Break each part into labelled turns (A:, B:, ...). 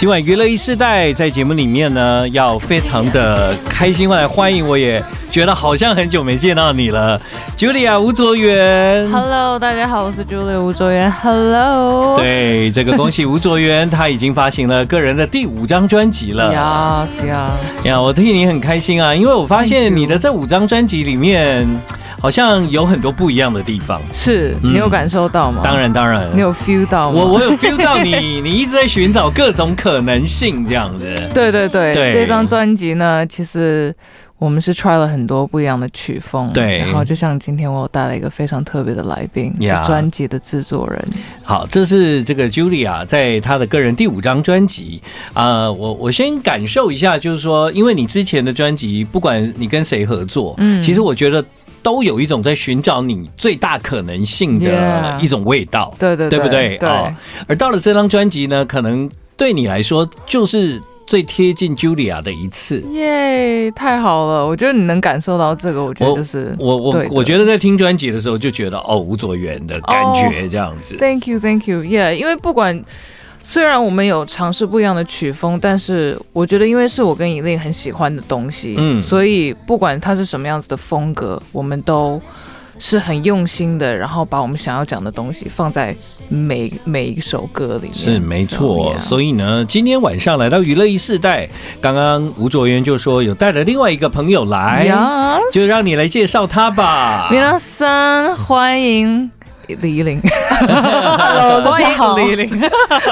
A: 今晚娱乐一世代在节目里面呢，要非常的开心来欢迎，我也觉得好像很久没见到你了，Julia 吴卓源。
B: Hello，大家好，我是 Julia 吴卓源。Hello，
A: 对，这个恭喜吴卓源，他已经发行了个人的第五张专辑了。
B: ，Yes Yes，
A: 呀，我替你很开心啊，因为我发现你的这五张专辑里面，好像有很多不一样的地方。
B: 是
A: 嗯
B: 你有感受到吗？
A: 当，然，当然，
B: 你有 feel 到吗？
A: 我我有 feel 到你， 你一直在寻找各种可能性这样子。
B: 对对对，
A: 对
B: 这张专辑呢，其实我们是 try 了很多不一样的曲风，
A: 对
B: 然后就像今天我有带了一个非常特别的来宾
A: Yeah
B: 是专辑的制作人，
A: 好，这是这个 Julia 在她的个人第五张专辑啊、呃我我先感受一下，就是说，因为你之前的专辑，不管你跟谁合作，嗯，
B: 嗯
A: 其实我觉得都有一种在寻找你最大可能性的
B: Yeah
A: 一种味道。
B: 对对
A: 对
B: 对
A: 不对哦而到了这张专辑呢，可能对你来说就是最贴近 Julia 的一次。
B: 耶太好了！我觉得你能感受到这个，我觉得就是
A: 我我
B: 对的
A: 我觉得在听专辑的时候就觉得哦，吴卓源的感
B: 哦
A: 觉这样子。
B: Thank you, Thank you. Yeah，因为不管虽然我们有尝试不一样的曲风，但是我觉得因为是我跟以令很喜欢的东西，
A: 嗯
B: 所以不管它是什么样子的风格，我们都。是很用心的，然后把我们想要讲的东西放在每每一首歌里面。
A: 是没
C: 啊
A: 错，
B: So, yeah
A: 所以呢，今天晚上来到娱乐一世代，刚刚吴卓源就说有带了另外一个朋友来，
B: 哎呀，
A: 就让你来介绍他吧。
B: 皆さん欢迎李玲
C: Hello，大
B: 哦
C: 家好。
B: 欢迎李 玲。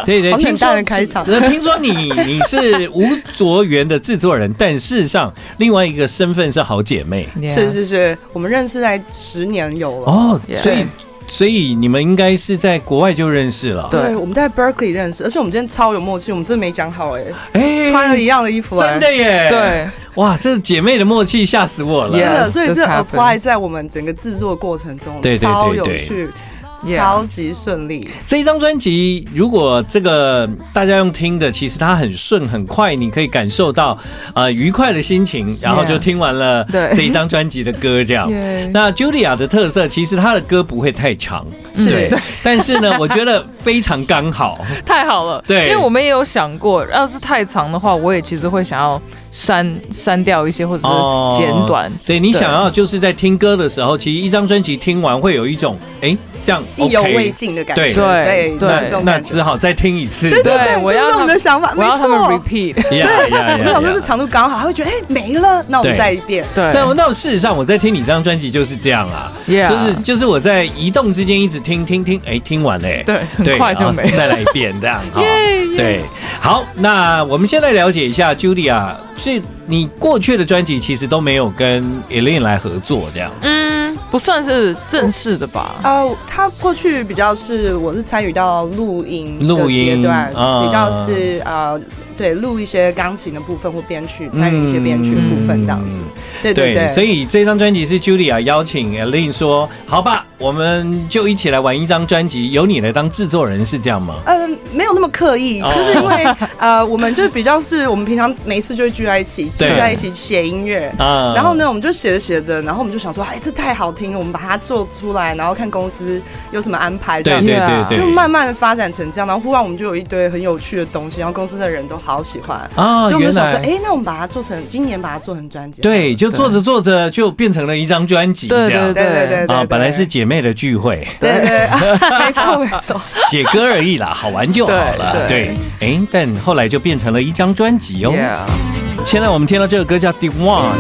A: 对对，
C: 好
A: 听
C: 简
A: 说
C: 单的开场
A: 呃听说你你是吴卓源的制作人，但事实上另外一个身份是好姐妹
B: Yeah
C: 是是是，我们认识在十年有了。
A: 哦，
B: Yeah
A: 所以所以你们应该是在国外就认识了，
B: 对
C: 对，我们在 Berkeley 认识，而且我们今天超有默契，我们真的没讲好哎、
A: 哎
C: 穿了一样的衣服哎、
A: 真的耶，，
B: 对，
A: 哇，这姐妹的默契吓死我了。
C: 真
B: Yeah
C: 的，所以
B: Yes,
C: 这
B: this happened
C: apply 在我们整个制作过程中，
A: 对对对
C: 超有
A: 对
C: 趣
B: Yeah
C: 超级顺利。
A: 这一张专辑，如果这个大家用听的，其实它很顺很快，你可以感受到呃愉快的心情，然后就听完 了
B: 对
A: 这一张专辑的歌这样。
B: Yeah
A: 那 Julia 的特色，其实她的歌不会太长，
C: 是
A: 对， 但是呢，我觉得非常刚好。
B: 太好了，
A: 对
B: 因为我们也有想过，要是太长的话，我也其实会想要删删掉一些，或者
C: 哦
A: 哦
B: 是简短。
A: 对你
B: 对
A: 想要就是在听歌的时候，其实一张专辑听完会有一种哎这样
C: 意犹未
A: OK，
C: 尽的感觉，
A: 对
B: 对对
C: 这
A: 那
C: 种
A: 那
C: 感觉
A: 只好再听一次。
B: 对对我
C: 这
B: 要
C: 是
B: 他
C: 我们的想法，
B: 我要他们
C: 啊没错
B: repeat。
A: 呀呀
C: 我想说是长度刚好，他会觉得哎、没了，那我们
A: 对
C: 再一遍。
B: 对，
A: 那那事实上，我在听你这张专辑就是这样啊，
B: Yeah
A: 就是就是我在移动之间一直听听听，哎，听完嘞，
B: 对，很快就没
A: 然后
B: 了。
A: 再来一遍这样哈
B: 耶耶
A: 对，好，那我们先来了解一下 Julia，所以你过去的专辑其实都没有跟 Elaine 来合作这样，
B: 嗯，不算是正式的吧？
C: 呃，他过去比较是我是参与到录音的
A: 录音
C: 阶段，
A: 啊
C: 比较是呃，对，录一些钢琴的部分或编曲，参与一些编曲的部分这样子。
A: 嗯
C: 对对对，
A: 所以这张专辑是 Julia 邀请 Elaine 说，好吧，我们就一起来玩一张专辑，由你来当制作人是这样吗？
C: 嗯，没有那么刻意，
A: 哦
C: 就是因为呃，我们就比较是我们平常没事就会聚在一起，聚
A: 对
C: 在一起写音乐。
A: 啊
C: 然后呢，我们就写着写着，然后我们就想说，哎，这太好听了，我们把它做出来，然后看公司有什么安排。这
A: 啊对？对对
C: 样。
B: Yeah
A: 对对，
C: 就慢慢的发展成这样，然后忽然我们就有一堆很有趣的东西，然后公司的人都好喜欢，
A: 啊，
C: 所以我们
A: 原
C: 就想
A: 来
C: 说，哎、那我们把它做成今年把它做成专辑。
A: 对，就做着做着就变成了一张专辑这
B: 对对
A: 样。
C: 对对对对
A: 啊，
C: 对
A: 本来是姐妹的聚会，
C: 对对对， 啊没错没 错，
A: 写歌而已啦，好玩就好了。对
B: 对，
A: 哎，但后来就变成了一张专辑哦。
B: Yeah，
A: 现在我们听到这个歌叫《The One》。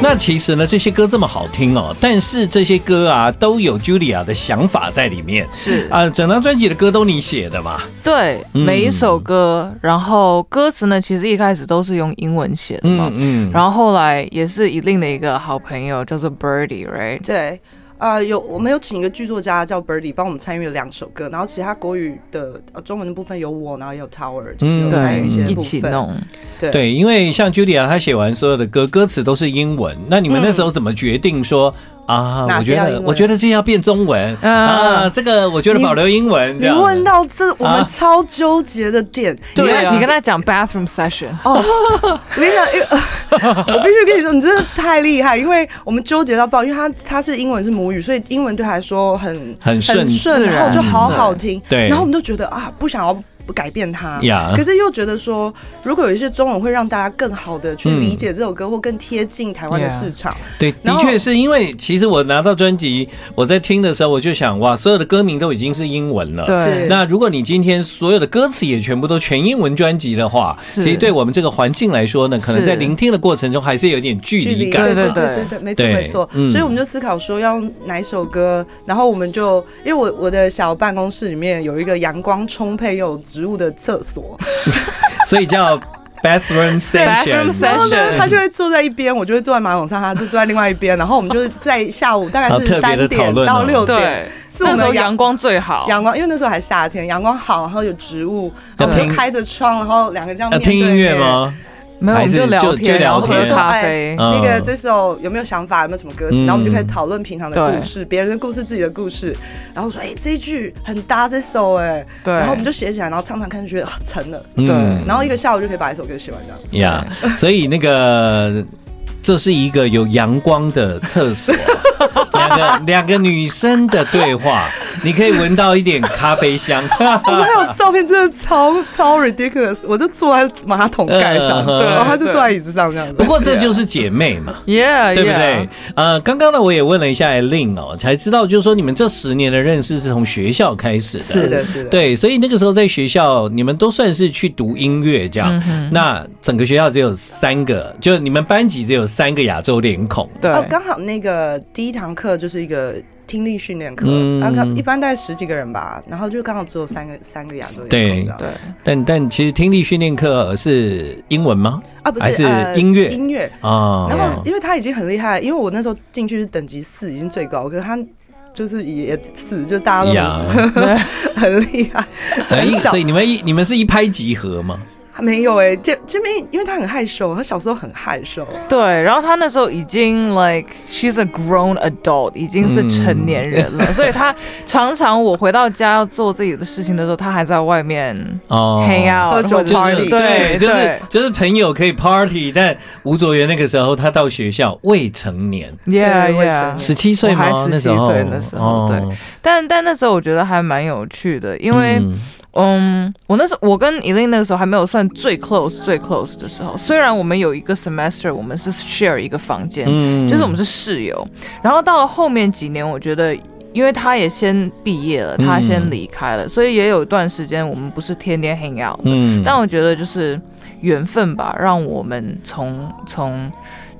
A: 那其实呢，这些歌这么好听哦，但是这些歌啊，都有 Julia 的想法在里面
B: 是
A: 啊。整张专辑的歌都你写的嘛？
B: 对
A: 嗯
B: 每一首歌，然后歌词呢，其实一开始都是用英文写的嘛
A: 嗯。嗯。
B: 然后后来也是以令的一个好朋友叫做 Birdy，right？
C: 对。呃，有我们有请一个剧作家叫 Birdy 帮我们参与了两首歌，然后其他国语的、呃、中文的部分有我，然后也有 Tower，就是有
A: 嗯
C: 参
B: 对，
C: 与一些部分。
B: 一起弄。
C: 对
A: 对，因为像 Julia 她写完所有的歌，歌词都是英文。那你们那时候怎么决定说、啊？我
C: 嗯哪
A: 觉
C: 些要
A: 得
C: 英文
A: 我觉得这要变中文、
B: 嗯
A: 啊，这个我觉得保留英文。这
C: 你
A: 样
C: 问到这我
A: 啊
C: 们超纠结的点，
A: 对
B: 你跟
A: 啊
B: 他你跟他讲 bathroom session，
C: 我跟你讲，因为我必须跟你说，你真的太厉害，因为我们纠结到爆，因为他他是英文是母语，所以英文对他来说很
A: 很顺
C: 顺，
B: 自然
C: 然后就好好听。
A: 啊嗯对
C: 然后我们就觉得啊，不想要改变它。
A: 呀
C: 可是又觉得说，如果有一些中文会让大家更好的去理解这首歌，或更贴近台湾的
B: Yeah
C: 市场。
A: 对，的
C: 然后
A: 确是因为其实我拿到专辑，我在听的时候，我就想，哇，所有的歌名都已经是英文了。
C: 是
B: 对，
A: 那如果你今天所有的歌词也全部都全英文专辑的话，
B: 是
A: 其实对我们这个环境来说呢，可能在
B: 是
A: 聆听的过程中还是有点距离感。
C: 对
B: 对
C: 对
B: 对
C: 对对，没错
A: 对
C: 没错。
A: 嗯
C: 所以我们就思考说要用哪一首歌，然后我们就因为我我的小办公室里面有一个阳光充沛又有植物的厕所，
A: 所以叫 bathroom
B: Bathroom
A: session。
B: session
C: 然后呢
B: Session
C: 哦他就会坐在一边，我就会坐在马桶上，他就坐在另外一边，然后我们就在下午大概
A: 好
C: 是
A: 特别
C: 三
A: 的讨
C: 点
A: 论哦
C: 到六点，
B: 对，
C: 是
B: 那
C: 我
B: 时
C: 们
B: 候
C: 的
B: 阳光最好，
C: 阳光，因为那时候还夏天，阳光好，然后有植物，
A: 要
C: 然后我们
A: 听
C: 就开着窗，然后两个这样
A: 要
C: 面对
A: 听音乐？吗？
B: 没有，我
A: 还
B: 们
A: 是就
B: 聊
A: 就
B: 天，
A: 聊
B: 然后
A: 天
B: 喝咖啡，
A: 嗯
C: 哎那个这首有没有想法？有没有什么歌词？
A: 嗯
C: 然后我们就开始讨论平常的故事，别人的故事，自己的故事。然后说，哎、这一句很搭这首、哎，
B: 对，
C: 然后我们就写起来，然后唱唱看，就觉得、啊、成了。
A: 嗯
B: 对
C: 然后一个下午就可以把一首歌写完，这样。
A: 呀所以那个这是一个有阳光的厕 所，两个两个女生的对话，你可以闻到一点咖啡 香。
C: 我们还有照片，真的超超 ridiculous。我就坐在马桶盖上，
A: 嗯
C: 对，然后他就
B: 对
C: 坐在椅子上这样子。
A: 不过这就是姐妹嘛。
C: 哎
B: ，Yeah，
A: 对不
B: yeah
A: 对？呃，刚刚呢，我也问了一下 Lin 哦，才知道就是说你们这十年的认识是从学校开始的，
C: 是的，是的。
A: 对，所以那个时候在学校，你们都算是去读音乐这
B: 嗯
C: 嗯
A: 样。那整个学校只有三个，就你们班级只有三个亚洲脸孔。
B: 对，
C: 哦，刚好那个第一堂课就是一个听力训练课，
A: 嗯
C: 然后刚一般大概十几个人吧，然后就刚好只有三个三个亚洲人
A: 对
C: 这样
B: 对，
A: 但但其实听力训练课是英文吗？
C: 啊不
A: 还是
C: 是呃
A: 音乐
C: 音乐，
A: 啊、
C: 然后因为他已经很厉害，因为我那时候进去是等级四，已经最高，可是他。就是也四，就大家
A: 呀
C: 都很很厉害，
A: 哎
C: 很小
A: 所以你们一你们是一拍即合吗？
C: 还没有哎、这这边因为他很害羞，他小时候很害羞，
B: 对，然后她那时候已经 like she's a grown adult，已经是成年人
A: 嗯
B: 了， 所以她常常我回到家要做自己的事情的时候，她还在外面
A: 哦
B: hang out，
C: 喝酒
B: 或者是
C: party
B: 对
A: 就
B: 对
A: 是就是朋友可以 party，但吴卓源那个时候他到学校未成年，
B: ，yeah
C: 对卫生
B: yeah。
A: 十七岁
B: 我还
A: 吗？那时候哦
B: 17岁那时候对，但但那时候我觉得还蛮有趣的，因为
A: 嗯
B: 嗯我那时候我跟 e l i n 那个时候还没有算最 close 最 close 的时候，虽然我们有一个 semester 我们是 share 一个房间，
A: 嗯
B: 就是我们是室友。然后到了后面几年，我觉得。因为他也先毕业了，
A: 嗯
B: 他先离开了，所以也有一段时间我们不是天天 hang out，、
A: 嗯
B: 但我觉得就是缘分吧，让我们从从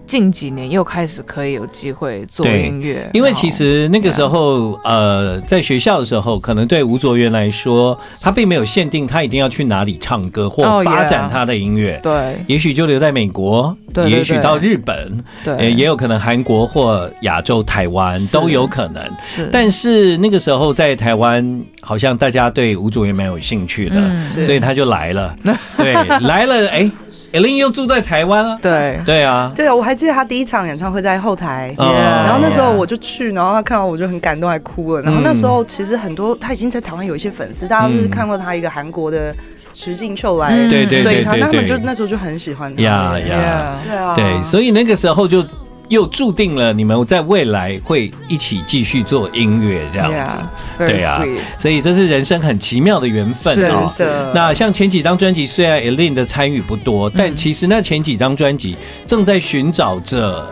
B: 近几年又开始可以有机会做
A: 对
B: 音乐，
A: 因为
B: 然后
A: 其实那个时候，
B: 啊
A: 呃，在学校的时候，可能对吴卓源来说，他并没有限定他一定要去哪里唱歌或
B: 哦
A: 发
B: yeah
A: 展他的音乐，
B: 对
A: 也许就留在美国，
B: 对对对
A: 也许到日本，呃
B: 对
A: 也有可能韩国或亚洲、台湾
B: 是
A: 都有可能。
B: 是
A: 但是那个时候在台湾，好像大家对吴卓源蛮有兴趣的，
B: 嗯
A: 所以他就来 了。对，来了，哎、e l i n 又住在台湾啊。
B: 对
A: 对啊，
C: 对啊，我还记得他第一场演唱会在后台，
A: 嗯
B: Yeah
C: 然后那时候我就去，然后他看到我就很感动，还哭了。然后那时候其实很多他已经在台湾有一些粉丝，大家就是看过他一个韩国的实境秀来
B: 嗯
A: 对对对
C: 追
A: 对
C: 他，那他们
A: 对
C: 就
A: 对
C: 那时候就很喜欢他。
A: 呀
C: 对
A: 呀
C: 对啊，
A: 对，所以那个时候就又注定了你们在未来会一起继续做音乐这样子。
B: 子
A: 对啊所以这是人生很奇妙的缘分
B: 是
A: 哦。
C: 真的。
A: 那像前几张专辑，虽然 Elin 的参与不多，但其实那前几张专辑正在寻找着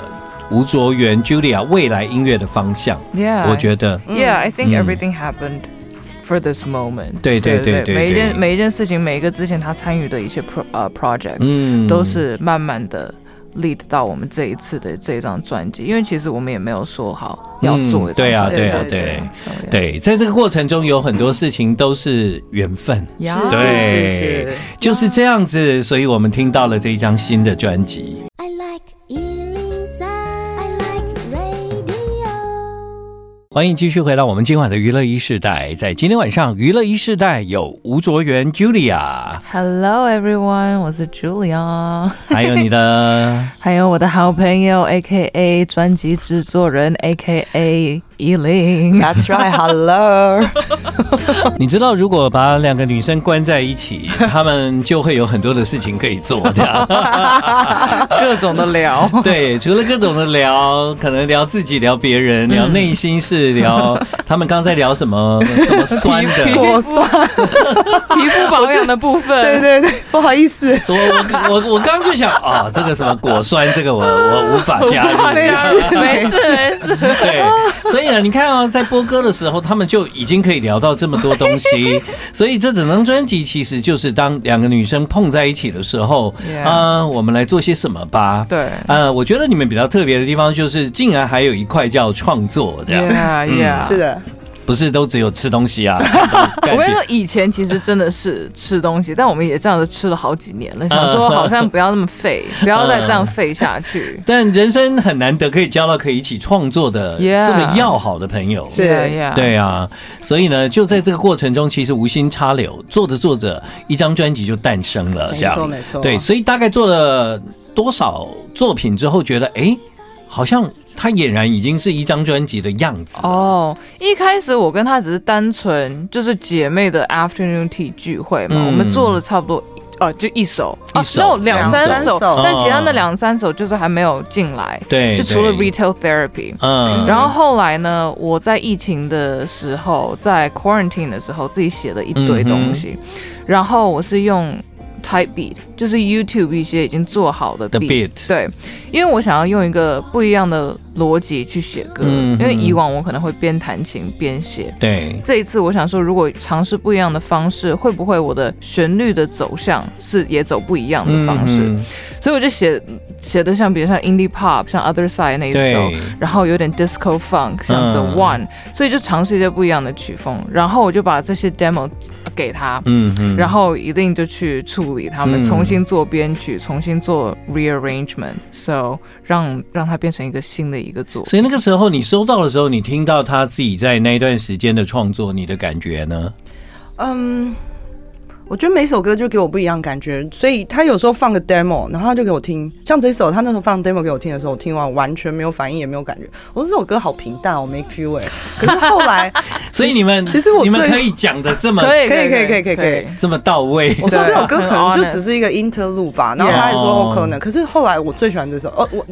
A: 吴卓源、Julia 未来音乐的方向。
B: ，Yeah，
A: 我觉得，
B: Yeah, I think
A: 嗯
B: everything happened for this moment.
A: Mm. 对对对对
B: 每一件
A: 对
B: 每一件事情，每一个之前他参与的一些 pro 呃 project，、
A: 嗯
B: 都是慢慢的 lead 到我们这一次的这一张专辑，因为其实我们也没有说好要
A: 嗯
B: 做一张专辑、
A: 对啊，对
C: 对
A: 啊，
C: 对
A: 对
B: So, yeah.
A: 对，在这个过程中有很多事情都是缘分。
B: 呀
C: 是
A: 对
C: 是是是，
A: 就是这样子，所以我们听到了这一张新的专辑。
D: I like Ealing Sound. I like radio.
A: 欢迎继续回到我们今晚的娱乐一世代，在今天晚上娱乐一世代有吴卓源 Julia，
B: Hello everyone，我是 Julia，
A: 还有你的
B: 还有我的好朋友 A K A 专辑制作人 A K A 依林。
C: That's right, hello。
A: 你知道，如果把两个女生关在一起，她们就会有很多的事情可以做，这样。
B: 各种的聊。
A: 对，除了各种的聊，可能聊自己、聊别人、聊内心事、聊他们刚在聊什么、什么酸 的。
C: 果酸，
B: 皮肤保养的部分，
C: 对对 对，不好意思，
A: 我我我我刚就想啊、这个什么果酸，这个我我无 法加 入。
C: 没事
B: 没
C: 没事。
B: 事没事。
A: 对，所以啊，你看哦，在播歌的时候，他们就已经可以聊到这么多东 西，所以这整张专辑其实就是当两个女生碰在一起的时候，
B: Yeah
A: 啊、我们来做些什么吧。
B: 对
A: 呃，我觉得你们比较特别的地方就是，竟然还有一块叫创作，这样
B: Yeah, yeah。
C: 是的，
A: 不嗯是都只有吃东西 啊？
B: 我跟你说，以前其实真的是吃东西，但我们也这样子吃了好几年了，想说好像不要那 么废，不要再这样废下去。
A: 但人生很难得可以交到可以一起创作的
B: Yeah
A: 这么要好的朋友。
C: 是
B: 呀，
A: 对啊，所以呢，就在这个过程中，其实无心插柳，做着做着，一张专辑就诞生了。
C: 没
A: 这样
C: 错没错
A: 对，所以大概做了多少作品之后，觉得哎、诶好像它俨然已经是一张专辑的样子。
B: 哦，一开始我跟她只是单纯就是姐妹的 afternoon tea 聚会嘛，
A: 嗯
B: 我们做了差不多呃就一首，
A: 一
B: 哦
A: 首
B: ，no 两三
C: 两
B: 首
C: 三，首
B: 但其他那两三首就是还没有进来，
A: 嗯对
B: 就除了
A: 对
B: retail therapy。
A: 嗯
B: 然后后来呢，我在疫情的时候，在 quarantine 的时候，自己写了一堆东
A: 嗯
B: 西，然后我是用 type beat，就是 YouTube 一些已经做好的
A: 的 beat，
B: 对，因为我想要用一个不一样的逻辑去写歌，
A: 嗯哼
B: 因为以往我可能会边弹琴边写。
A: 对，
B: 这一次我想说，如果尝试不一样的方式，会不会我的旋律的走向是也走不一样的方式？
A: 嗯
B: 所以我就写写的像，比如像 indie pop，像 Other Side 那一首
A: 对，
B: 然后有点 disco funk，像 The
A: 嗯
B: One，、所以就尝试一些不一样的曲风，然后我就把这些 demo 给他。
A: 嗯嗯
B: 然后一定就去处理他们，
A: 嗯
B: 重新做编曲，重新做 rearrangement，so 让让它变成一个新的一个作品。
A: 所以那个时候你收到的时候，你听到他自己在那一段时间的创作，你的感觉呢？
C: 嗯，我觉得每首歌就给我不一样的感觉，所以他有时候放个 demo，然后他就给我听，像这首他那时候放 demo 给我听的时候，我听完完全没有反应，也没有感觉。我说这首歌好平淡，我没 feel 哎。可是后来
A: 所以你们
C: 其实我
A: 你们
C: 最
A: 可以讲的这么
B: 可以
C: 可以可以可以可以
A: 这么到位，
C: 我说这首歌可能就
B: 对很 honest
C: 只是一个 interlude 吧，然后他还说
A: Yeah
C: 哦可能，可是后来我最喜欢这首，哦我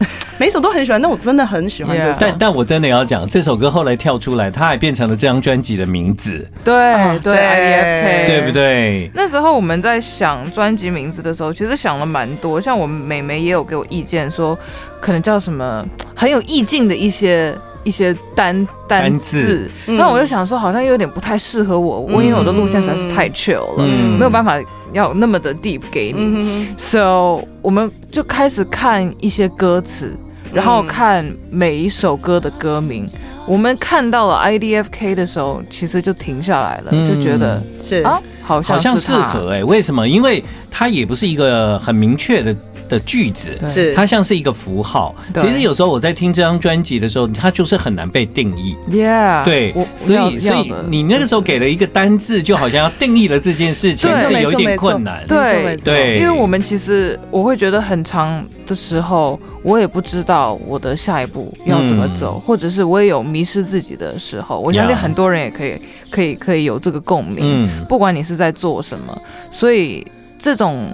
C: 呃每首都很喜欢，但我真的很喜欢这
B: Yeah
C: 首。
A: 啊但但我真的要讲，这首歌后来跳出来，它还变成了这张专辑的名字，
B: 对对
C: 哦对
B: IFK
A: 对不对？
B: 那时候我们在想专辑名字的时候，其实想了蛮多，像我们美眉也有给我意见说，可能叫什么很有意境的一些一些单单
A: 单
B: 字
A: 字，
C: 嗯
B: 那、我就想说好像有点不太适合我，我因为我的路线实在是太 chill 了，
A: 嗯
B: 没有办法要那么的 deep 给你，
C: 嗯
B: so 我们就开始看一些歌词。然后看每一首歌的歌名，我们看到了 IDFK 的时候，其实就停下来了，
A: 嗯
B: 就觉得
C: 哼，是
B: 啊，好像
A: 好像
B: 是
A: 适
B: 他
A: 合哎、为什么？因为它也不是一个很明确的的句子，
B: 对
C: 是，
A: 它像是一个符号。
B: 对
A: 其实有时候我在听这张专辑的时候，它就是很难被定义。
B: Yeah，
A: 对
B: 我，
A: 所
B: 要
A: 以所
B: 要
A: 以
B: 的
A: 你那个时候给了一个单字，就好像要定义了这件事情，
B: 对
A: 是有一点
C: 没错
A: 困难。
B: 对
C: 没错没错
A: 对
B: 因为我们其实我会觉得很长的时候，我也不知道我的下一步要怎么走，
A: 嗯
B: 或者是我也有迷失自己的时候。我相信
A: Yeah
B: 很多人也可以可以可以有这个共鸣，
A: 嗯
B: 不管你是在做什么，所以这种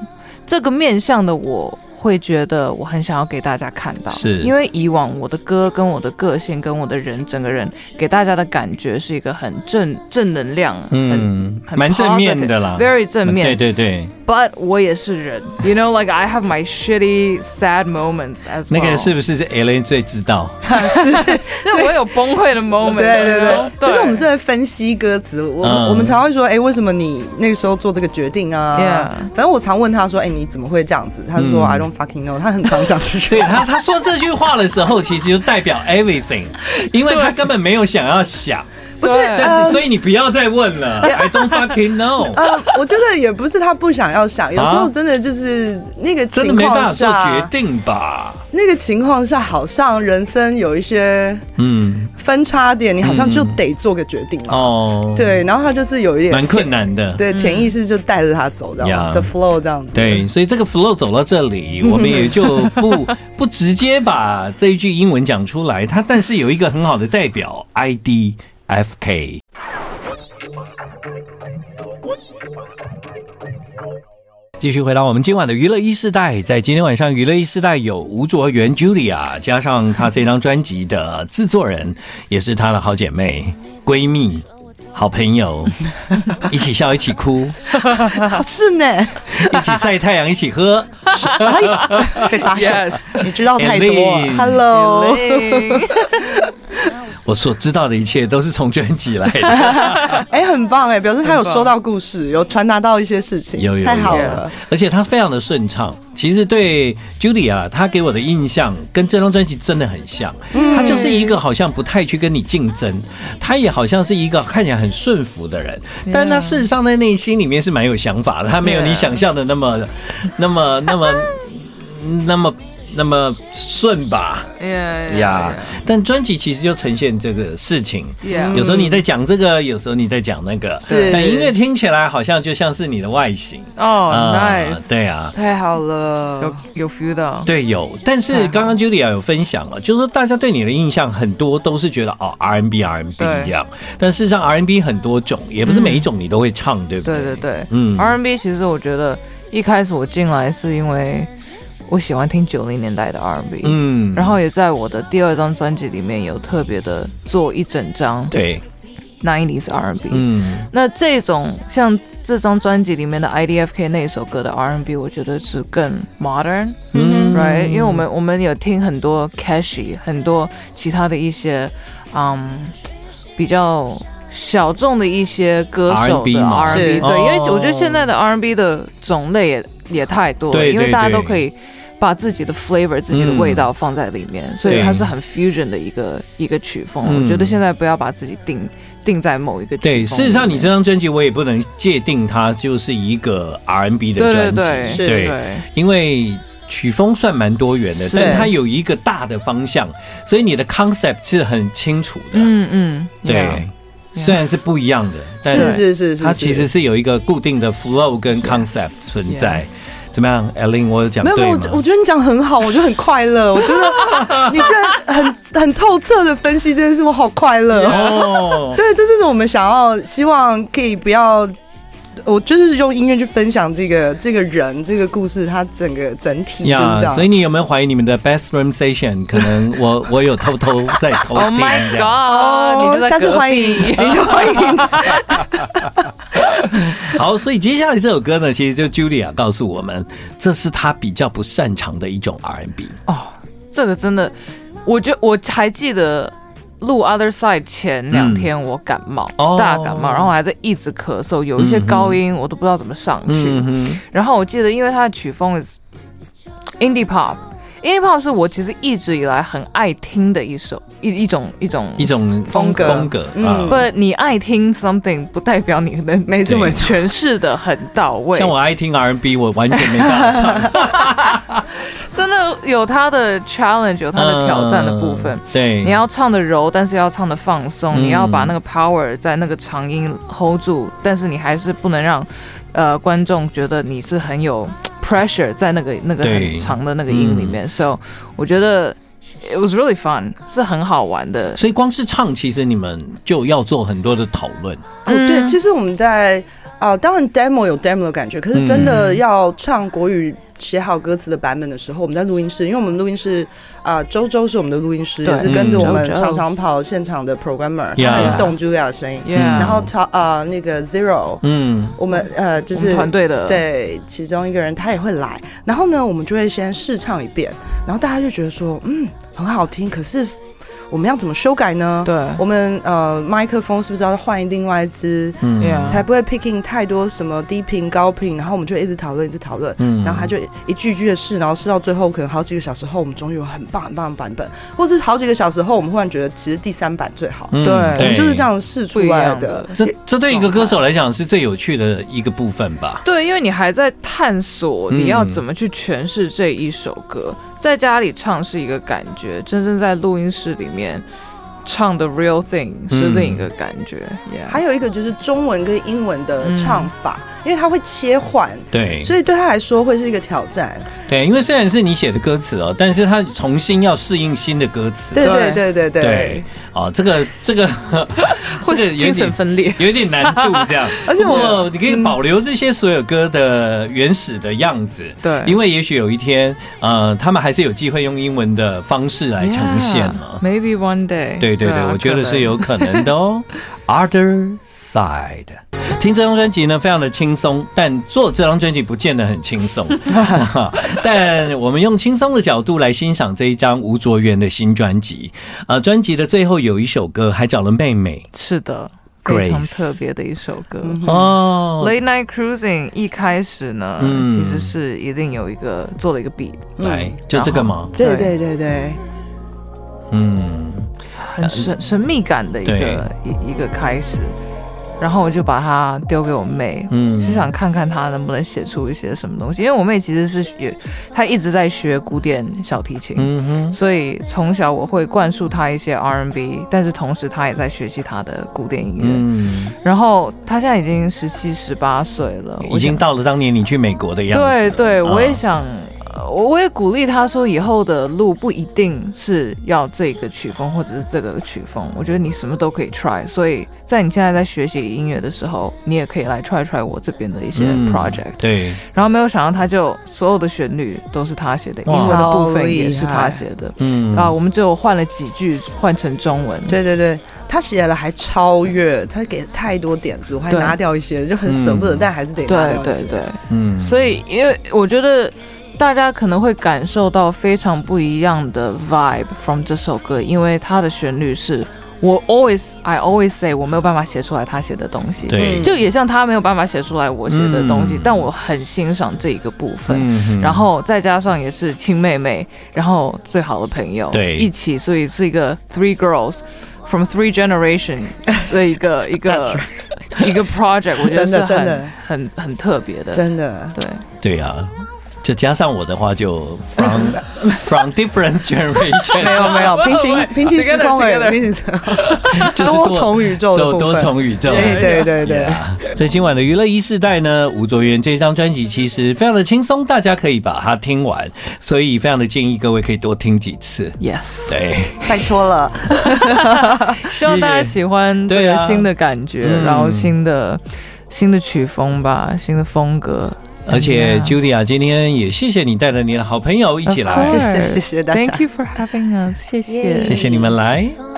B: 这个面向的我。会觉得我很想要给大家看到，
A: 是
B: 因为以往我的歌跟我的个性跟我的人整个人给大家的感觉是一个很正正能量，很
A: 嗯，
B: 很
A: 蛮正面的啦。嗯
B: very 正面，
A: 对对对，
B: But 我也是人，you know, like I have my shitty, sad moments as well。
A: 那个是，不是是 L A 最知道？
B: 那我有崩溃的 moment
C: 对对
B: 然后
C: 对，就是我们是在分析歌词，我们、
A: 嗯
C: 我们常会说，哎、为什么你那个时候做这个决定啊
B: Yeah
C: 反正我常问他说，哎、你怎么会这样子？他就说、
A: 嗯
C: I don't fucking know，他很常讲这句
A: 对
C: 话。
A: 他，他 说这句话的时候，其实就代表 everything，因为他根本没有想要想，
C: 不是
B: 对
A: 但
C: 呃
A: 所以你不要再问了，I don't fucking know。
C: 呃，我觉得也不是他不想要想，有时候
A: 啊
C: 真的就是那个
A: 真的
C: 情
A: 没办法
C: 况
A: 做决
C: 下，
A: 定吧？
C: 那个情况下好像人生有一些
A: 嗯，
C: 分叉点，你好像就
A: 嗯嗯
C: 得做个决定嘛。
A: 哦，，
C: 对，然后他就是有一点
A: 蛮困难的。
C: 对，潜意识就带着他走，这样
A: 呀
C: the flow 这样子。
A: 对，，所以这个 flow 走到这里，我们也就不不直接把这一句英文讲出来。它但是有一个很好的代表 ID F K。继续回到我们今晚的娱乐一世代，在今天晚上娱乐一世代有吴卓源 Julia，加上她这张专辑的制作人，也是她的好姐妹、闺蜜、好朋友，一起笑，一起哭，
C: 啊是呢，
A: 一起晒太阳，一起喝。
C: 被发现
B: Yes，
C: 你知道太多了
A: Elaine
C: ，Hello，
A: 我所知道的一切都是从专辑来 的，
C: 哎，很棒哎，表示他有
B: 很棒
C: 收到故事，有传达到一些事情，
A: 有有有
C: 太好
A: 有
C: 了。
A: 而且他非常的顺畅。其实对 Julia，她给我的印象跟这张专辑真的很像，
C: 嗯
A: 她就是一个好像不太去跟你竞争，她也好像是一个看起来很顺服的人，
C: 嗯
A: 但她事实上在内心里面是蛮有想法的，她没有
B: Yeah
A: 你想象的那么、
C: 嗯
A: 那 么、那么、那么、那么顺吧。呀
B: 呀，
C: 嗯
A: 但专辑其实就呈现这个事情。
B: 呀
A: 有时候你在讲这个，有时候你在讲那个，
C: 是
A: 但音乐听起来好像就像是你的外形
B: 哦
A: 啊
B: Oh， ，nice，
A: 对啊。
C: 太好了，
B: 有有 feel 到，
A: 对，有，但是刚刚 Julia 有分享了，就是说大家对你的印象很多都是觉得哦 R&B R&B
B: 对
A: 这样，但事实上 R&B 很多种，也不是每一种你都会唱，对不对？
B: 对对对，
A: 嗯
B: R&B 其实我觉得一开始我进来是因为我喜欢听九零年代的 R&B，
A: 嗯
B: 然后也在我的第二张专辑里面有特别的做一整张
A: 对，
B: 90s R&B，、
A: 嗯
B: 那这种像这张专辑里面的 IDFK 那一首歌的 R&B，我觉得是更 modern，right？、
A: 嗯
B: Right？因为我们我们有听很多 Cashy，很多其他的一些嗯比较小众的一些歌手
A: R&B
B: 的
A: 嘛
B: R&B，对，
C: 是
A: 哦
B: 因为我觉得现在的 R&B 的种类也也太多了，
A: 对
B: 因为
A: 对嗯
B: 大家都
A: 对
B: 可以。把自己的 flavor、自己的味道放在里面，所以它是很 fusion 的一个一个曲风。
A: 嗯
B: 我觉得现在不要把自己定定在某一个曲风里
A: 对，
B: 面。
A: 事实上你这张专辑我也不能界定它就是一个 R&B 的专辑，
B: 对
C: 是
A: 对因为曲风算蛮多元的，
B: 是
A: 但它有一个大的方向，所以你的 concept 是很清楚的。
B: 嗯嗯，
A: 对，虽然是不一样的，但
C: 是是是是，
A: 它其
C: 是
A: 实是有一个固定的 flow 跟 concept 存在。怎么样，Ellen？我有讲
C: 没有没
A: 对
C: 有，
A: 吗
C: 我？我觉得你讲很好，我觉得很快乐，我觉得你居然很很透彻的分析这件事，我好快乐。啊
A: 哦，
C: 对，这就是我们想要，希望可以不要。我就是用音乐去分享这个这个人这个故事，它整个整体就是这
A: 呀，
C: 样。
A: 所以你有没有怀疑你们的 bathroom session？可能我 我有偷偷在偷
B: Oh
A: 听
B: my
A: 这
B: god！、
A: 样。
B: 你就在
C: 哦下次
B: 隔
C: 欢迎，
B: 壁
C: 你就欢迎。
A: 好，所以接下来这首歌呢，其实就 Julia 告诉我们，这是她比较不擅长的一种 R&B。
B: 哦，这个真的，我觉我还记得录 Other Side 前两天我感冒，
A: 哦
B: 大感冒，然后我还在一直咳嗽，有一些
A: 嗯哼
B: 高音我都不知道怎么上去。
A: 嗯哼，
B: 然后我记得，因为它的曲风是 indie pop。Indie pop 是我其实一直以来很爱听的一首一一种一种
A: 一种
C: 风格
A: 风格啊。
C: 嗯
B: ，but 你爱听 something 不代表你能
C: 没错
A: 对
C: 没错，
B: 诠释的很到位。
A: 像我爱听 R&B，我完全没办法唱
B: 真的有他的 challenge，有他的挑战的部分。
A: 嗯 对，
B: 你要唱的柔，但是要唱的放松，
A: 嗯
B: 你要把那个 power 在那个长音 hold 住，但是你还是不能让呃观众觉得你是很有 pressure 在那个那个
A: 对嗯
B: 很长的那个音里面。so 我觉得 it was really fun，是很好玩的。
A: 所以光是唱，其实你们就要做很多的讨论。
C: 哦，对，
B: 嗯
C: 其实我们在啊、当然 demo 有 demo 的感觉，可是真的要唱国语写好歌词的版本的时候，我们在录音室，因为我们录音室啊、周周是我们的录音师，
B: 对
C: 也是跟着我们
B: 周周
C: 常常跑现场的 programmer，
A: Yeah
C: 他很懂 Julia 的声音。
B: Yeah，
A: 嗯
C: 然后他啊、那个 Zero，
A: 嗯，
C: 我们呃就
B: 我们
C: 是
B: 团队的
C: 对其中一个人他也会来，然后呢，我们就会先试唱一遍，然后大家就觉得说，嗯，很好听，可是。我们要怎么修改呢？
B: 对
C: 我们呃麦克风是不是要换另外一支？
A: 嗯
B: Yeah
C: 才不会 picking 太多什么低频、高频，然后我们就一直讨论，一直讨论，
A: 嗯
C: 然后他就一句一句的试，然后试到最后可能好几个小时后，我们终于有很棒很棒的版本，或是好几个小时后，我们忽然觉得其实第三版最好，
A: 嗯
B: 对
C: 我们就是这。样试出
B: 不一
C: 来
B: 样
C: 的
B: 的。。
A: 这这对一个歌手来讲是最有趣的一个部分吧？
B: 对，因为你还在探索你要
A: 嗯
B: 怎么去诠释这一首歌，在家里唱是一个感觉，真正在录音室里面唱的 real thing
A: 嗯
B: 是另一个感觉。Yeah
C: 还有一个就是中文跟英文的唱法，因为它会切换，
A: 对，
C: 所以对他来说会是一个挑战。
A: 对，因为虽然是你写的歌词哦，但是他重新要适应新的歌词。
C: 对
B: 对
C: 对对对对，
A: 对，哦，这个这个 这个有
B: 精神
A: 点
B: 分裂。
A: 有点难度这样。
C: 而且我
A: 不过你可以保留这些所有歌的原始的样子。
B: 对，
A: 因为也许有一天，呃，他们还是有机会用英文的方式来呈现嘛。
B: Yeah, Maybe one day。
A: 对对对，
B: 啊
A: 我觉得
B: 可
A: 是
B: 能
A: 有可能的哦。Other side，听这张专辑呢，非常的轻松，但做这张专辑不见得很轻松。但我们用轻松的角度来欣赏这一张吴卓源的新专辑。呃，专辑的最后有一首歌还找了妹妹
B: 是的，非常
A: Grace，
B: 特别的一首歌。
A: 哦
B: Late Night Cruising 一开始呢，
A: 嗯
B: 其实是一定有一个做了一个 beat，
A: 来就这个吗？
C: 对对对对，
A: 嗯，
B: 很神神秘感的一个一一个开始。然后我就把它丢给我妹，
A: 嗯
B: 就想看看她能不能写出一些什么东西。因为我妹其实是也，她一直在学古典小提琴，
A: 嗯哼，
B: 所以从小我会灌输她一些 R&B，但是同时她也在学习她的古典音乐。
A: 嗯，
B: 然后她现在已经十七、十八岁了，我
A: 已经
B: 想
A: 到了当年你去美国的样子了。
B: 对对，我也
A: 啊
B: 想，呃我我也鼓励他说，以后的路不一定是要这个曲风或者是这个曲风，我觉得你什么都可以 try。所以在你现在在学习音乐的时候，你也可以来 try try 我这边的一些
A: 嗯
B: project。
A: 对，
B: 然后没有想到，他就所有的旋律都是他写的，英文的
C: 哇
B: 部分也是
C: 超厉
B: 他
C: 害
B: 写的。
A: 嗯
B: 啊，我们只有换了几句换成中文。
C: 对对对，他写了还超越，他给太多点子，我还
B: 对
C: 拿掉一些，就很舍不得，但还是得拿
B: 对
C: 掉一
B: 对
C: 些
B: 对。
A: 嗯
B: 所以，因为我觉得大家可能会感受到非常不一样的 vibe from 这首歌，因为它的旋律是我 always I always say 我没有办法写出来他写的东西，
A: 对，
B: 就也像他没有办法写出来我写的东西，
A: 嗯
B: 但我很欣赏这一个部分。
A: 嗯
B: 然后再加上也是亲妹妹，然后最好的朋友，
A: 对
B: 一起，所以是一个 three girls from three generation 的一个一
C: That's
B: 个一个 project，我觉得
C: 真
B: 是很
C: 的真的
B: 很很特别的，
C: 真的，
B: 对。
A: 对啊，就加上我的话就 from from different generation，
C: 没有没有，平行平行时空而已，平行时空，
A: 就是
C: 多重宇宙的部
A: 多
C: 分
A: 多重宇宙，
C: 对对对对
A: Yeah 在今晚的娱乐一世代呢，吴卓源这张专辑其实非常的轻松，大家可以把它听完，所以非常的建议各位可以多听几次。
B: Yes，
A: 对，
C: 拜托了，
B: 希望大家喜欢这
A: 对
B: 个
A: 啊
B: 新的感觉，
A: 嗯
B: 然后新的新的曲风吧，新的风格。
A: 而且
B: Yeah
A: Julia 今天也谢谢你带着你的好朋友一起
B: Of
A: 来，
B: course
C: 谢谢谢谢大家
B: Thank you for having us，谢谢，
A: 谢谢你们来。